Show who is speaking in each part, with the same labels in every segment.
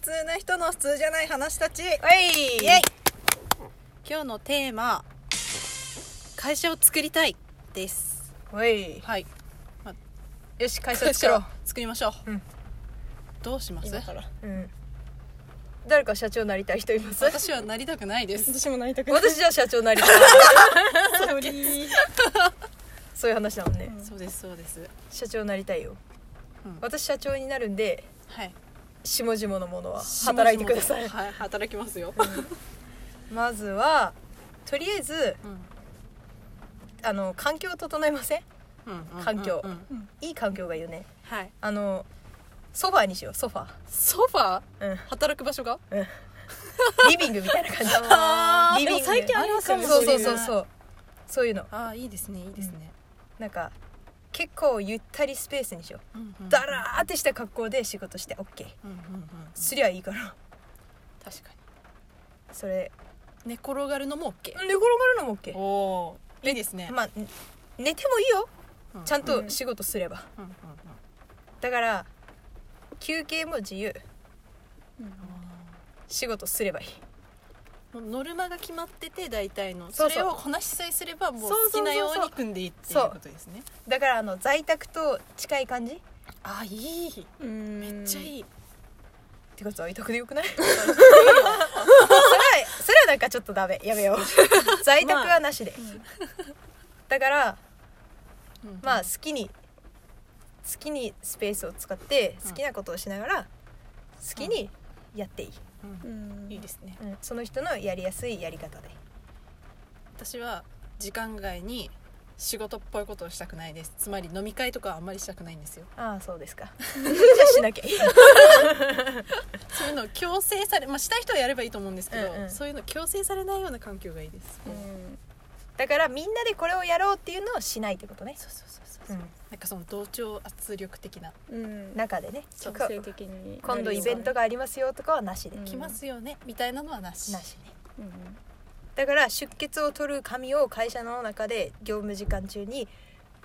Speaker 1: 通な人の普通じゃない話たちイ
Speaker 2: はい
Speaker 1: エイ
Speaker 2: 今日のテーマ会社を作りたいです
Speaker 1: おい
Speaker 2: はい
Speaker 1: よし会
Speaker 2: 会
Speaker 1: 社
Speaker 2: 社作
Speaker 1: 作
Speaker 2: ろ
Speaker 1: ろ
Speaker 2: う
Speaker 1: う
Speaker 2: 作りましょう、
Speaker 1: うん
Speaker 2: どうします
Speaker 1: らうん誰か社長になりたい人います
Speaker 2: 私はなりたくないです
Speaker 3: 私も泣いたくない
Speaker 1: 私じゃあ社長になりたい
Speaker 3: ソーリー
Speaker 1: そういう話だもんね、
Speaker 2: そうですそうです
Speaker 1: 社長になりたいよ、
Speaker 2: うん
Speaker 1: 私社長になるんで
Speaker 2: はい
Speaker 1: 下々のものは働いてください
Speaker 2: はい働きますよ、
Speaker 1: まずはとりあえず
Speaker 2: うん
Speaker 1: あの環境を整えません
Speaker 2: うん
Speaker 1: 環境
Speaker 2: うんうん
Speaker 1: いい環境がいいよね
Speaker 2: はい
Speaker 1: あのソファーにしようソファ
Speaker 2: ソファー
Speaker 1: ーうん
Speaker 2: 働く場所が
Speaker 1: リビングみたいな 感じ
Speaker 2: あ
Speaker 1: リビング
Speaker 3: でも最近ありますよね
Speaker 1: そうそうそうう
Speaker 2: そいうの
Speaker 1: そうそういうの
Speaker 2: あーいいですねいいですね、
Speaker 1: なんか結構ゆったりスペースにしよう
Speaker 2: うんうんうん
Speaker 1: だらーってした格好で仕事して OK
Speaker 2: うんうんうん
Speaker 1: すりゃいいから
Speaker 2: 確かに
Speaker 1: それ
Speaker 2: 寝転がるのも OK
Speaker 1: 寝転がるのも OK
Speaker 2: おおいいですね、
Speaker 1: まあね寝てもいいよ
Speaker 2: うん
Speaker 1: ちゃんと仕事すれば
Speaker 2: うんうんうん
Speaker 1: だから休憩も自由仕事すればいい
Speaker 2: もうノルマが決まってて大体の
Speaker 1: そ
Speaker 2: そう
Speaker 1: そう
Speaker 2: れをこなしさえすればも
Speaker 1: そう
Speaker 2: う好
Speaker 1: そうそうそう
Speaker 2: きなように組んでいいっていうことですね
Speaker 1: だからあの在宅と近い感じっ
Speaker 2: あいいめ
Speaker 3: め
Speaker 2: っちゃい
Speaker 3: い
Speaker 2: い
Speaker 1: てことは委託でよくないそれはそれはなんかちょっとダメやめよ う在宅はなしで、だからまあ好きに好きにスペースを使って
Speaker 2: うん
Speaker 1: 好きなことをしながら好きにやっていい、
Speaker 2: うんいいですね
Speaker 1: うんその人のやりやすいやり方で
Speaker 2: 私は時間外に仕事っぽいことをしたくないですつまり飲み会とかはあんまりしたくないんですよ
Speaker 1: ああそうですか じゃあしなきゃいい
Speaker 2: そういうのを強制されまあしたい人はやればいいと思うんですけど、
Speaker 1: うんうん
Speaker 2: そういうの強制されないような環境がいいです、
Speaker 1: だからみんなでこれをやろうっていうのをしないってことね
Speaker 2: そうそうそうそう
Speaker 1: う
Speaker 2: そう、
Speaker 1: ん
Speaker 2: なんかその同調圧力的な
Speaker 3: うんなんか
Speaker 1: 中でね
Speaker 2: そう
Speaker 1: こ
Speaker 3: 強制的に
Speaker 1: 今度イベントがありますよとかはなしで、
Speaker 3: うん
Speaker 2: 来ますよねみたいなのはなし
Speaker 1: なしね
Speaker 3: うん
Speaker 1: だから出血を取る紙を会社の中で業務時間中に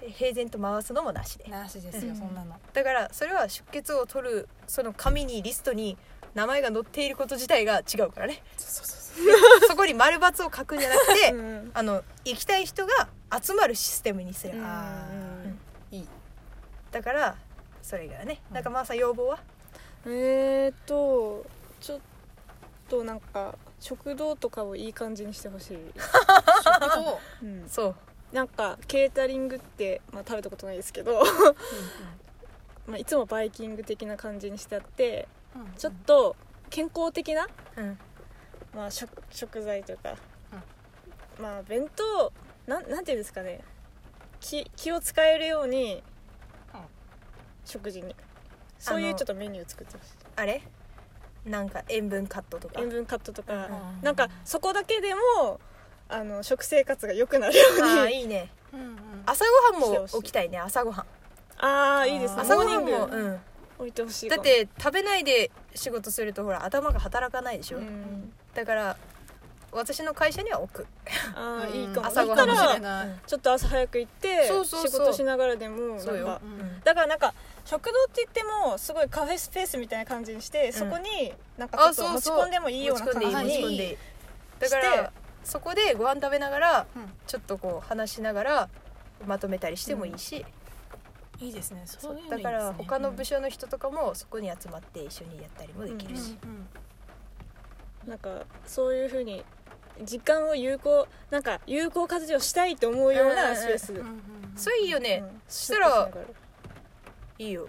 Speaker 1: 平然と回すのもなしで
Speaker 2: なしですよ、
Speaker 3: うん
Speaker 2: そんなの
Speaker 1: だからそれは出血を取るその紙にリストに名前が載っていること自体が違うから ね
Speaker 2: そうそうそう
Speaker 1: そこに丸×を書くんじゃなくて、
Speaker 3: うん
Speaker 1: あの行きたい人が集まるシステムにすれば、
Speaker 3: うん
Speaker 2: あー
Speaker 1: うん
Speaker 2: いい
Speaker 1: だからそれがね
Speaker 2: うん
Speaker 1: 中村さん要望は、
Speaker 3: えーっとちょっとなんか食堂とかをいい感じにしてほしい、
Speaker 2: 食堂
Speaker 3: うん
Speaker 1: そう
Speaker 3: なんかケータリングって、まあ、食べたことないですけどまあいつもバイキング的な感じにしてあってちょっと健康的な
Speaker 1: うん
Speaker 3: まあ、食食材というか、
Speaker 2: うん
Speaker 3: まあ弁当なんなんていうんですかね気気を使えるよう
Speaker 2: う
Speaker 3: に、
Speaker 2: ん
Speaker 3: 食事にそうい
Speaker 1: あ
Speaker 3: う
Speaker 1: の
Speaker 3: ちょっとメニュー作ってほしい
Speaker 1: あれなんか塩分カットとか
Speaker 3: 塩分カットとか、
Speaker 2: うん
Speaker 3: なんかそこだけでもあの食生活が良くなるよう
Speaker 1: ああ
Speaker 3: に
Speaker 1: いいね
Speaker 2: うんうんうん
Speaker 1: 朝ごはんも起きたいね朝ごはん
Speaker 3: ああーいいですね
Speaker 1: 朝ごはん
Speaker 3: モー
Speaker 1: も、
Speaker 3: ニング
Speaker 1: うん、
Speaker 3: 置いてほしいか
Speaker 1: だ
Speaker 3: も
Speaker 1: って食べないで仕事するとほら頭が働かないでしょ、
Speaker 3: うん、
Speaker 1: だから私の会社には置く
Speaker 3: ああ
Speaker 2: うん
Speaker 3: いいかも
Speaker 1: 朝ごはん
Speaker 3: だ
Speaker 1: も
Speaker 3: っ
Speaker 1: した
Speaker 2: れ
Speaker 3: ら
Speaker 2: ない
Speaker 1: うん
Speaker 3: ちょっと朝早く行って
Speaker 1: そうそうそう
Speaker 3: 仕事しながらでもなん
Speaker 1: そうよ
Speaker 3: か
Speaker 2: う
Speaker 1: うんん
Speaker 3: だからなんか食堂って言ってもすごいカフェスペースみたいな感じにして、そこになんか
Speaker 1: あ
Speaker 3: ち
Speaker 1: そ
Speaker 3: ょっと
Speaker 1: う
Speaker 3: 持ち
Speaker 1: そう
Speaker 3: 込んでもいいような感じ
Speaker 1: 持ち込んでいい持ち込ん
Speaker 3: に
Speaker 1: でいいだからそこでご飯食べながら
Speaker 2: うん
Speaker 1: ちょっとこう話しながらまとめたりしてもいいし、
Speaker 2: いいですねそういうのいいです
Speaker 1: だ
Speaker 2: ね
Speaker 1: から他の部署の人とかもそこに集まって一緒にやったりもでき
Speaker 2: う
Speaker 1: る
Speaker 2: ん
Speaker 1: し、
Speaker 2: うん
Speaker 3: なんかそういうふうに時間を有効なんか有効活用したいと思うようなスペース、
Speaker 2: うんうんうん
Speaker 1: それいいよね、
Speaker 3: うん
Speaker 1: そしたら
Speaker 3: ちょっとしなが
Speaker 1: いいよ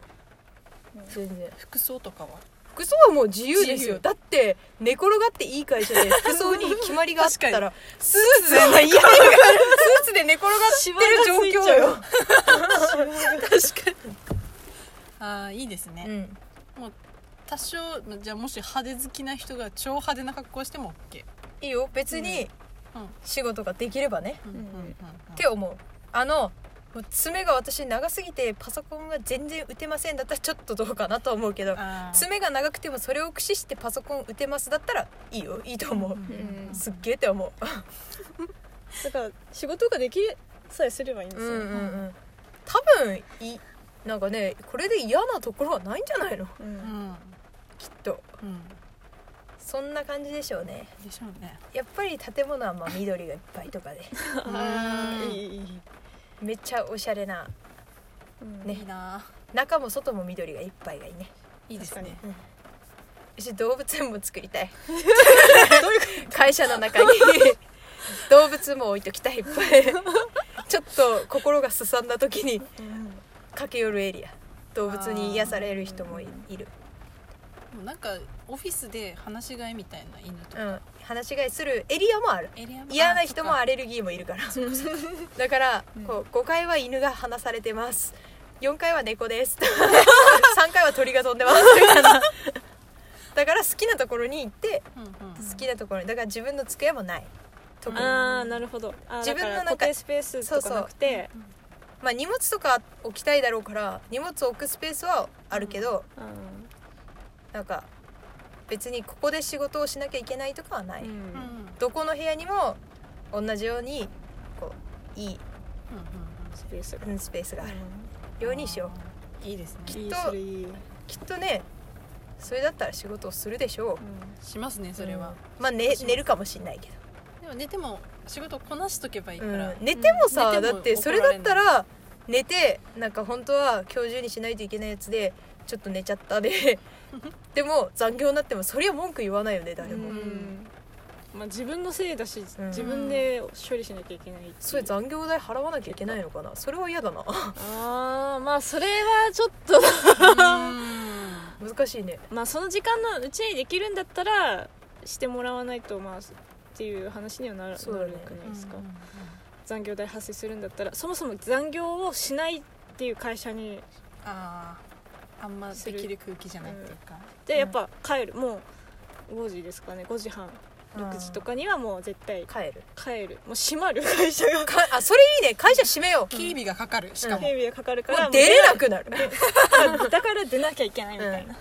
Speaker 3: うん
Speaker 1: 全然
Speaker 2: 服装とかは
Speaker 1: 服装はもう自由です
Speaker 2: 自
Speaker 1: よ
Speaker 2: 由
Speaker 1: だって寝転がっていい会社で服装に決まりがあったらスーツでいやいやスーツで寝転がってる状況よ、
Speaker 2: ああいいですね、
Speaker 1: うん、
Speaker 2: 多少じゃあもし派手好きな人が超派手な格好しても OK、
Speaker 1: いいよ別に
Speaker 2: うんうん
Speaker 1: 仕事ができればね、
Speaker 2: うんうんうんうん、
Speaker 1: って思うあのもう爪が私長すぎてパソコンが全然打てませんだったらちょっとどうかなとは思うけど
Speaker 2: あー
Speaker 1: 爪が長くてもそれを駆使してパソコン打てますだったらいいよいいと思う、
Speaker 2: うんうんうん
Speaker 1: すっげえって思う
Speaker 3: だから仕事ができさえすればいいんです
Speaker 1: う
Speaker 3: よ、
Speaker 1: んうんうん多分いなんかねこれで嫌なところはないんじゃないの
Speaker 3: うん
Speaker 2: うん
Speaker 1: きっと
Speaker 2: うん
Speaker 1: そんな感じでしょうね
Speaker 2: でしょうね
Speaker 1: やっぱり建物はまあ緑がいっぱいと かで
Speaker 3: あー
Speaker 2: うん
Speaker 3: いいいいいい
Speaker 1: めっちゃおしゃれな
Speaker 3: うん
Speaker 1: ね
Speaker 2: いいな
Speaker 1: 中も外も緑がいっぱいがいいね
Speaker 2: いいですね
Speaker 1: うち動物園も作り たい会社の中 に動物も置いときたいいっぱ いちょっと心がすさんだ時に
Speaker 3: うん
Speaker 1: 駆け寄るエリア動物に癒される人もいいる、
Speaker 2: でもなんかオフィスで話し飼いみたいな犬と
Speaker 1: うん、話し飼いするエリアもある
Speaker 2: エリアも
Speaker 1: 嫌な人も
Speaker 2: あ
Speaker 1: アレルギーもいるからだから、
Speaker 2: うん
Speaker 1: こう5階は犬が離されてます4階は猫です3階は鳥が飛んでますみたいなだから好きなところに行って
Speaker 2: そっかうんうん
Speaker 1: 好きなところにだから自分の机もない特に
Speaker 3: ああなるほどあー
Speaker 1: 自分の
Speaker 3: だから
Speaker 1: なんか
Speaker 3: 固定スペースとかなくて
Speaker 1: まあ荷物とか置きたいだろうから荷物置くスペースはあるけど、
Speaker 3: うん
Speaker 1: なんか別にここで仕事をしなきゃいけないとかはない、
Speaker 3: うん
Speaker 2: うんうんうんうん
Speaker 1: どこの部屋にも同じようにこういい
Speaker 3: スペースが
Speaker 1: うんスペースがある
Speaker 2: うん
Speaker 1: ようにしよう
Speaker 2: あーいいですね
Speaker 3: いい
Speaker 1: と
Speaker 3: それいいうん
Speaker 1: きっとねそれだったら仕事をするでしょう、
Speaker 2: しますねそれは、
Speaker 1: まあ、ね、寝るかもしんないけ
Speaker 2: でも寝ても仕事をこなしとけばいい
Speaker 1: ど、
Speaker 2: か
Speaker 1: う
Speaker 2: ら、
Speaker 1: ん、寝てもさ、
Speaker 2: 寝て
Speaker 1: だ
Speaker 2: も
Speaker 1: ってそれだったら寝てなんか本当は今日中にしないといけないやつでちょっと寝ちゃった ででも残業になってもそりゃ文句言わないよね誰も、
Speaker 2: うん
Speaker 3: まあ自分のせいだし
Speaker 1: うん
Speaker 3: 自分で処理しなきゃいけない
Speaker 1: それ残業代払わなきゃいけないのかなそれは嫌だな
Speaker 3: ああまあそれはちょっと
Speaker 2: う
Speaker 1: 難しいね
Speaker 3: まあその時間のうちにできるんだったらしてもらわないとまあっていう話にはならな
Speaker 1: そうだね
Speaker 3: るくない
Speaker 2: ん
Speaker 3: ですか残業代発生するんだったらそもそも残業をしないっていう会社に
Speaker 2: あああんまできる空気じゃないっていうか、
Speaker 1: う
Speaker 3: で
Speaker 1: ん
Speaker 3: やっぱ帰るもう5時ですかね5時半6時とかにはもう絶対
Speaker 1: 帰る
Speaker 3: 帰るもう閉まる会社が
Speaker 1: かあそれいいね会社閉めよう
Speaker 2: 警備がかかるしかも,、
Speaker 3: 警備がかかるか
Speaker 1: も
Speaker 3: ら
Speaker 1: う出れなくなる
Speaker 3: もうだから出なきゃいけないみたいな、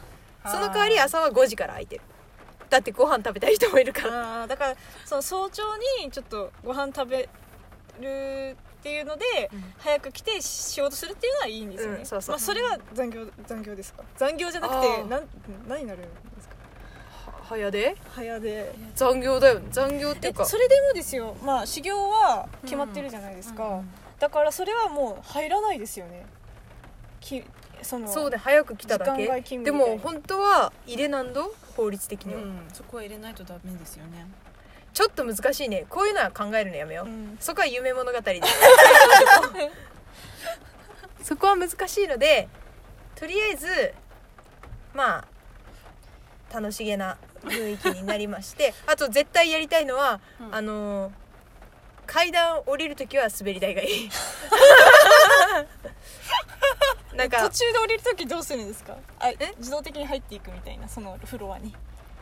Speaker 1: その代わり朝は5時から空いてるだってご飯食べたい人もいるから
Speaker 3: あーだからその早朝にちょっとご飯食べるっていうので、
Speaker 1: うん
Speaker 3: 早く来て仕事するっていうのはいいんですよね、
Speaker 1: うんそうそう
Speaker 3: まあ、それは残業残業ですか残業じゃなく
Speaker 1: あ
Speaker 3: て
Speaker 1: ー
Speaker 3: なん何になるんですか
Speaker 1: 早で
Speaker 3: 早で
Speaker 1: 残業だよね残業ってい
Speaker 3: え
Speaker 1: うか
Speaker 3: それでもですよまあ修行は決まってるじゃないですか、だからそれはもう入らないですよねきその
Speaker 1: そうね早く来ただ
Speaker 3: 時間外
Speaker 1: け
Speaker 3: 勤務みた
Speaker 1: で
Speaker 3: いな
Speaker 1: も本当は入れなんど法律的には、
Speaker 2: うんそこは入れないとダメですよね
Speaker 1: ちょっと難しいねこういうのは考えるのやめよう、
Speaker 3: うん
Speaker 1: そこは夢物語 でそこは難しいのでとりあえずまあ楽しげな雰囲気になりまして あと絶対やりたいのは、
Speaker 2: うん
Speaker 1: あのー階段降りる時は滑り台がい いなん
Speaker 3: 途
Speaker 1: か
Speaker 3: 中で降りる時どうするんですかあえ
Speaker 1: え
Speaker 3: 自動的に入っていくみたいなそのフロアに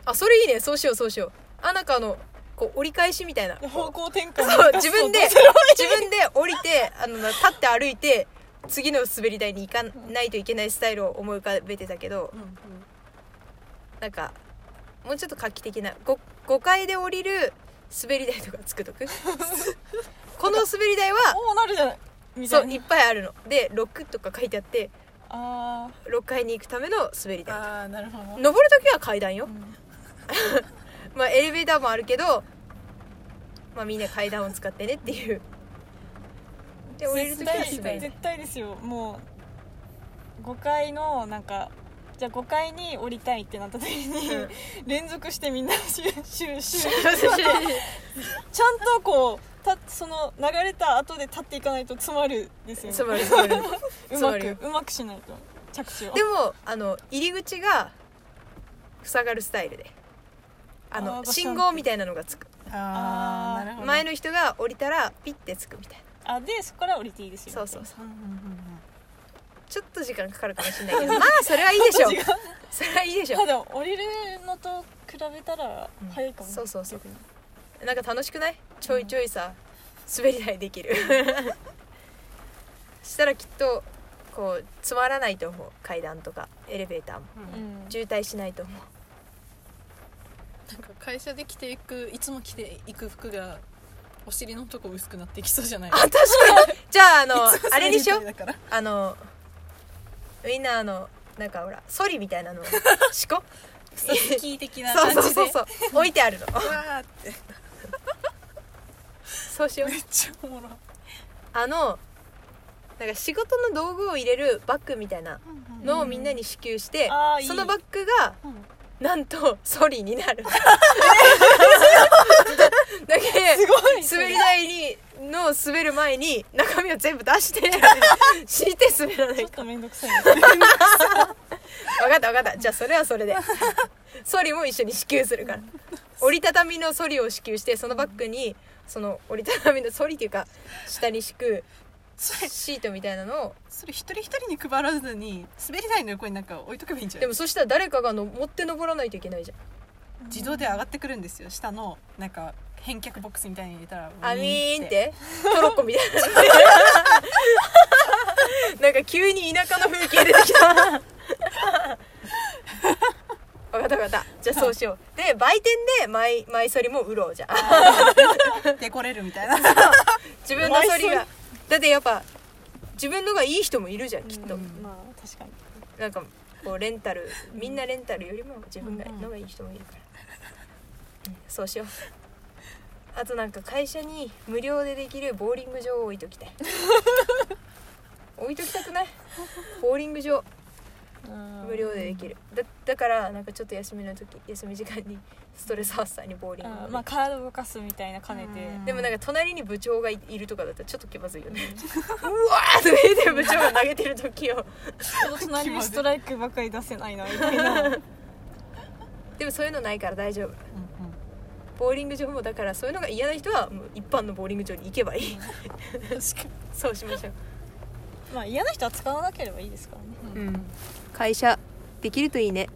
Speaker 1: あそれいいねそうしようそうしようあなんかあのこう折り返しみたいな
Speaker 3: で
Speaker 1: こ
Speaker 3: 方向転換
Speaker 1: う
Speaker 3: の
Speaker 1: そう
Speaker 3: ガス
Speaker 1: 自
Speaker 3: を
Speaker 1: 分で
Speaker 3: どうす
Speaker 1: 自
Speaker 3: る
Speaker 1: 分で降りてあの立って歩いて次の滑り台に行かないといけないスタイルを思い浮かべてたけど
Speaker 2: うんうん
Speaker 1: なんかもうちょっと画期的な 5, 5階で降りる滑り台とか作っ とくこの滑り台は
Speaker 3: おおなるじゃないみた
Speaker 1: そ
Speaker 3: いうない
Speaker 1: っぱいあるので6とか書いてあって
Speaker 3: あ
Speaker 1: 6階に行くための滑り台
Speaker 2: ああなるほど
Speaker 1: 登る時は階段よ
Speaker 3: ー、うん
Speaker 1: まあエレベーターもあるけど、まあ、みんな階段を使ってねっていうで降りる
Speaker 3: 絶
Speaker 1: 時は
Speaker 3: 対
Speaker 1: 滑り
Speaker 3: 絶対ですよもう5階のなんかじゃあ5階に降りたいってなった時に、
Speaker 1: うん
Speaker 3: 連続してみんなシューシューシュー
Speaker 1: 台
Speaker 3: ちゃんとこうたその流れた後で立っていかないと詰まるですよね
Speaker 1: つまりつまりで
Speaker 3: う
Speaker 1: つま
Speaker 3: ま
Speaker 1: り
Speaker 3: くうまくしないと着地を
Speaker 1: もあの入り口が塞がるスタイルであの
Speaker 3: あー
Speaker 1: 信号みたいなのがつく
Speaker 2: ああ
Speaker 3: あー
Speaker 2: なるほど
Speaker 1: 前の人が降りたらピッてつくみたい
Speaker 3: あでそこから降りていいです
Speaker 1: な
Speaker 3: よ
Speaker 1: そうそうそう
Speaker 2: うんうん
Speaker 1: ちょっと時間かかるかもしれないけどまあそれはいいでしょうそれはいいでしょ
Speaker 3: まあでも降りるのと比べたら早いかも、
Speaker 1: そうそうそう
Speaker 3: 逆に
Speaker 1: うなんか楽しくないちょいちょいさ滑り台できる したらきっとこうつまらないと思う階段とかエレベーターも
Speaker 2: うんうんう
Speaker 3: うんん
Speaker 1: 渋滞しないと思う
Speaker 2: なんか会社で着ていくいつも着ていく服がお尻のとこ薄くなってきそうじゃない
Speaker 1: あ
Speaker 2: ですか
Speaker 1: 確かにじゃああの
Speaker 2: いつも
Speaker 1: あれにしよう
Speaker 2: だから
Speaker 1: あのウインナーのなんかほらソリみたいなのをしこ
Speaker 2: 草スキー的な
Speaker 1: そう
Speaker 2: 感じで
Speaker 1: そうそうそう置いて あるの
Speaker 2: わーって
Speaker 1: そうしよう
Speaker 2: めっちゃお もろ、
Speaker 1: あのなんか仕事の道具を入れるバッグみたいなのをみんなに支給して、
Speaker 3: あーいい
Speaker 1: そのバッグが
Speaker 2: うん
Speaker 1: なんとソリになるだけ
Speaker 3: ごい
Speaker 1: 滑り台にの滑る前に中身を全部出して敷いて滑らな
Speaker 3: ち
Speaker 1: い
Speaker 3: ょっと面倒くさい
Speaker 1: 分かった分かったじゃあそれはそれでソリも一緒に支給するから折りたたみのソリを支給してそのバッグにその折りたたみのソリっていうか下に敷く
Speaker 2: それ
Speaker 1: シートみたいなのを
Speaker 2: それ一人一人に配らずに滑り台の横になんか置いとけばいいんじゃな
Speaker 1: で
Speaker 2: い
Speaker 1: もそしたら誰かがの持って登らないといけないじゃん
Speaker 2: 自動で上がってくるんですよ下のなんか返却ボックスみたいに入れたら
Speaker 1: あみーんっ
Speaker 2: ウィ
Speaker 1: てトロッコみたいななんか急に田舎の風景出てきた分かった分かったじゃあそうしようで売店でマイマイソリも売ろうじゃあ
Speaker 2: ーンってでこれるみたいな
Speaker 1: 自分のソリ
Speaker 3: お前そ
Speaker 1: がだってやっぱ自分のがいい人もいるじゃんきっと、
Speaker 2: うん
Speaker 3: まあ確かに
Speaker 1: なんかこうレンタルみんなレンタルよりも自分がのがいい人もいるから、うんそう しようあとなんか会社に無料でできるボーリング場を置いときたい置いときたくないボーリング場無料でできるだだからなんかちょっと休みの時休み時間にストレス発散にボーリングを
Speaker 3: あーまあカード動かすみたいな兼ね
Speaker 2: うん
Speaker 3: て
Speaker 1: でもなんか隣に部長がいいるとかだったらちょっと気まずい よねうわーって見えてる部長が投げてる時を
Speaker 3: その隣にストライクばかり出せないなみたい な
Speaker 1: でもそういうのないから大丈夫
Speaker 2: うんうん
Speaker 1: ボーリング場もだからそういうのが嫌な人はもう一般のボーリング場に行けばいい
Speaker 2: 確か
Speaker 1: そうしましょう
Speaker 3: まあ嫌な人は使わなければいいですからね
Speaker 2: に、うん
Speaker 1: 会社できるといいね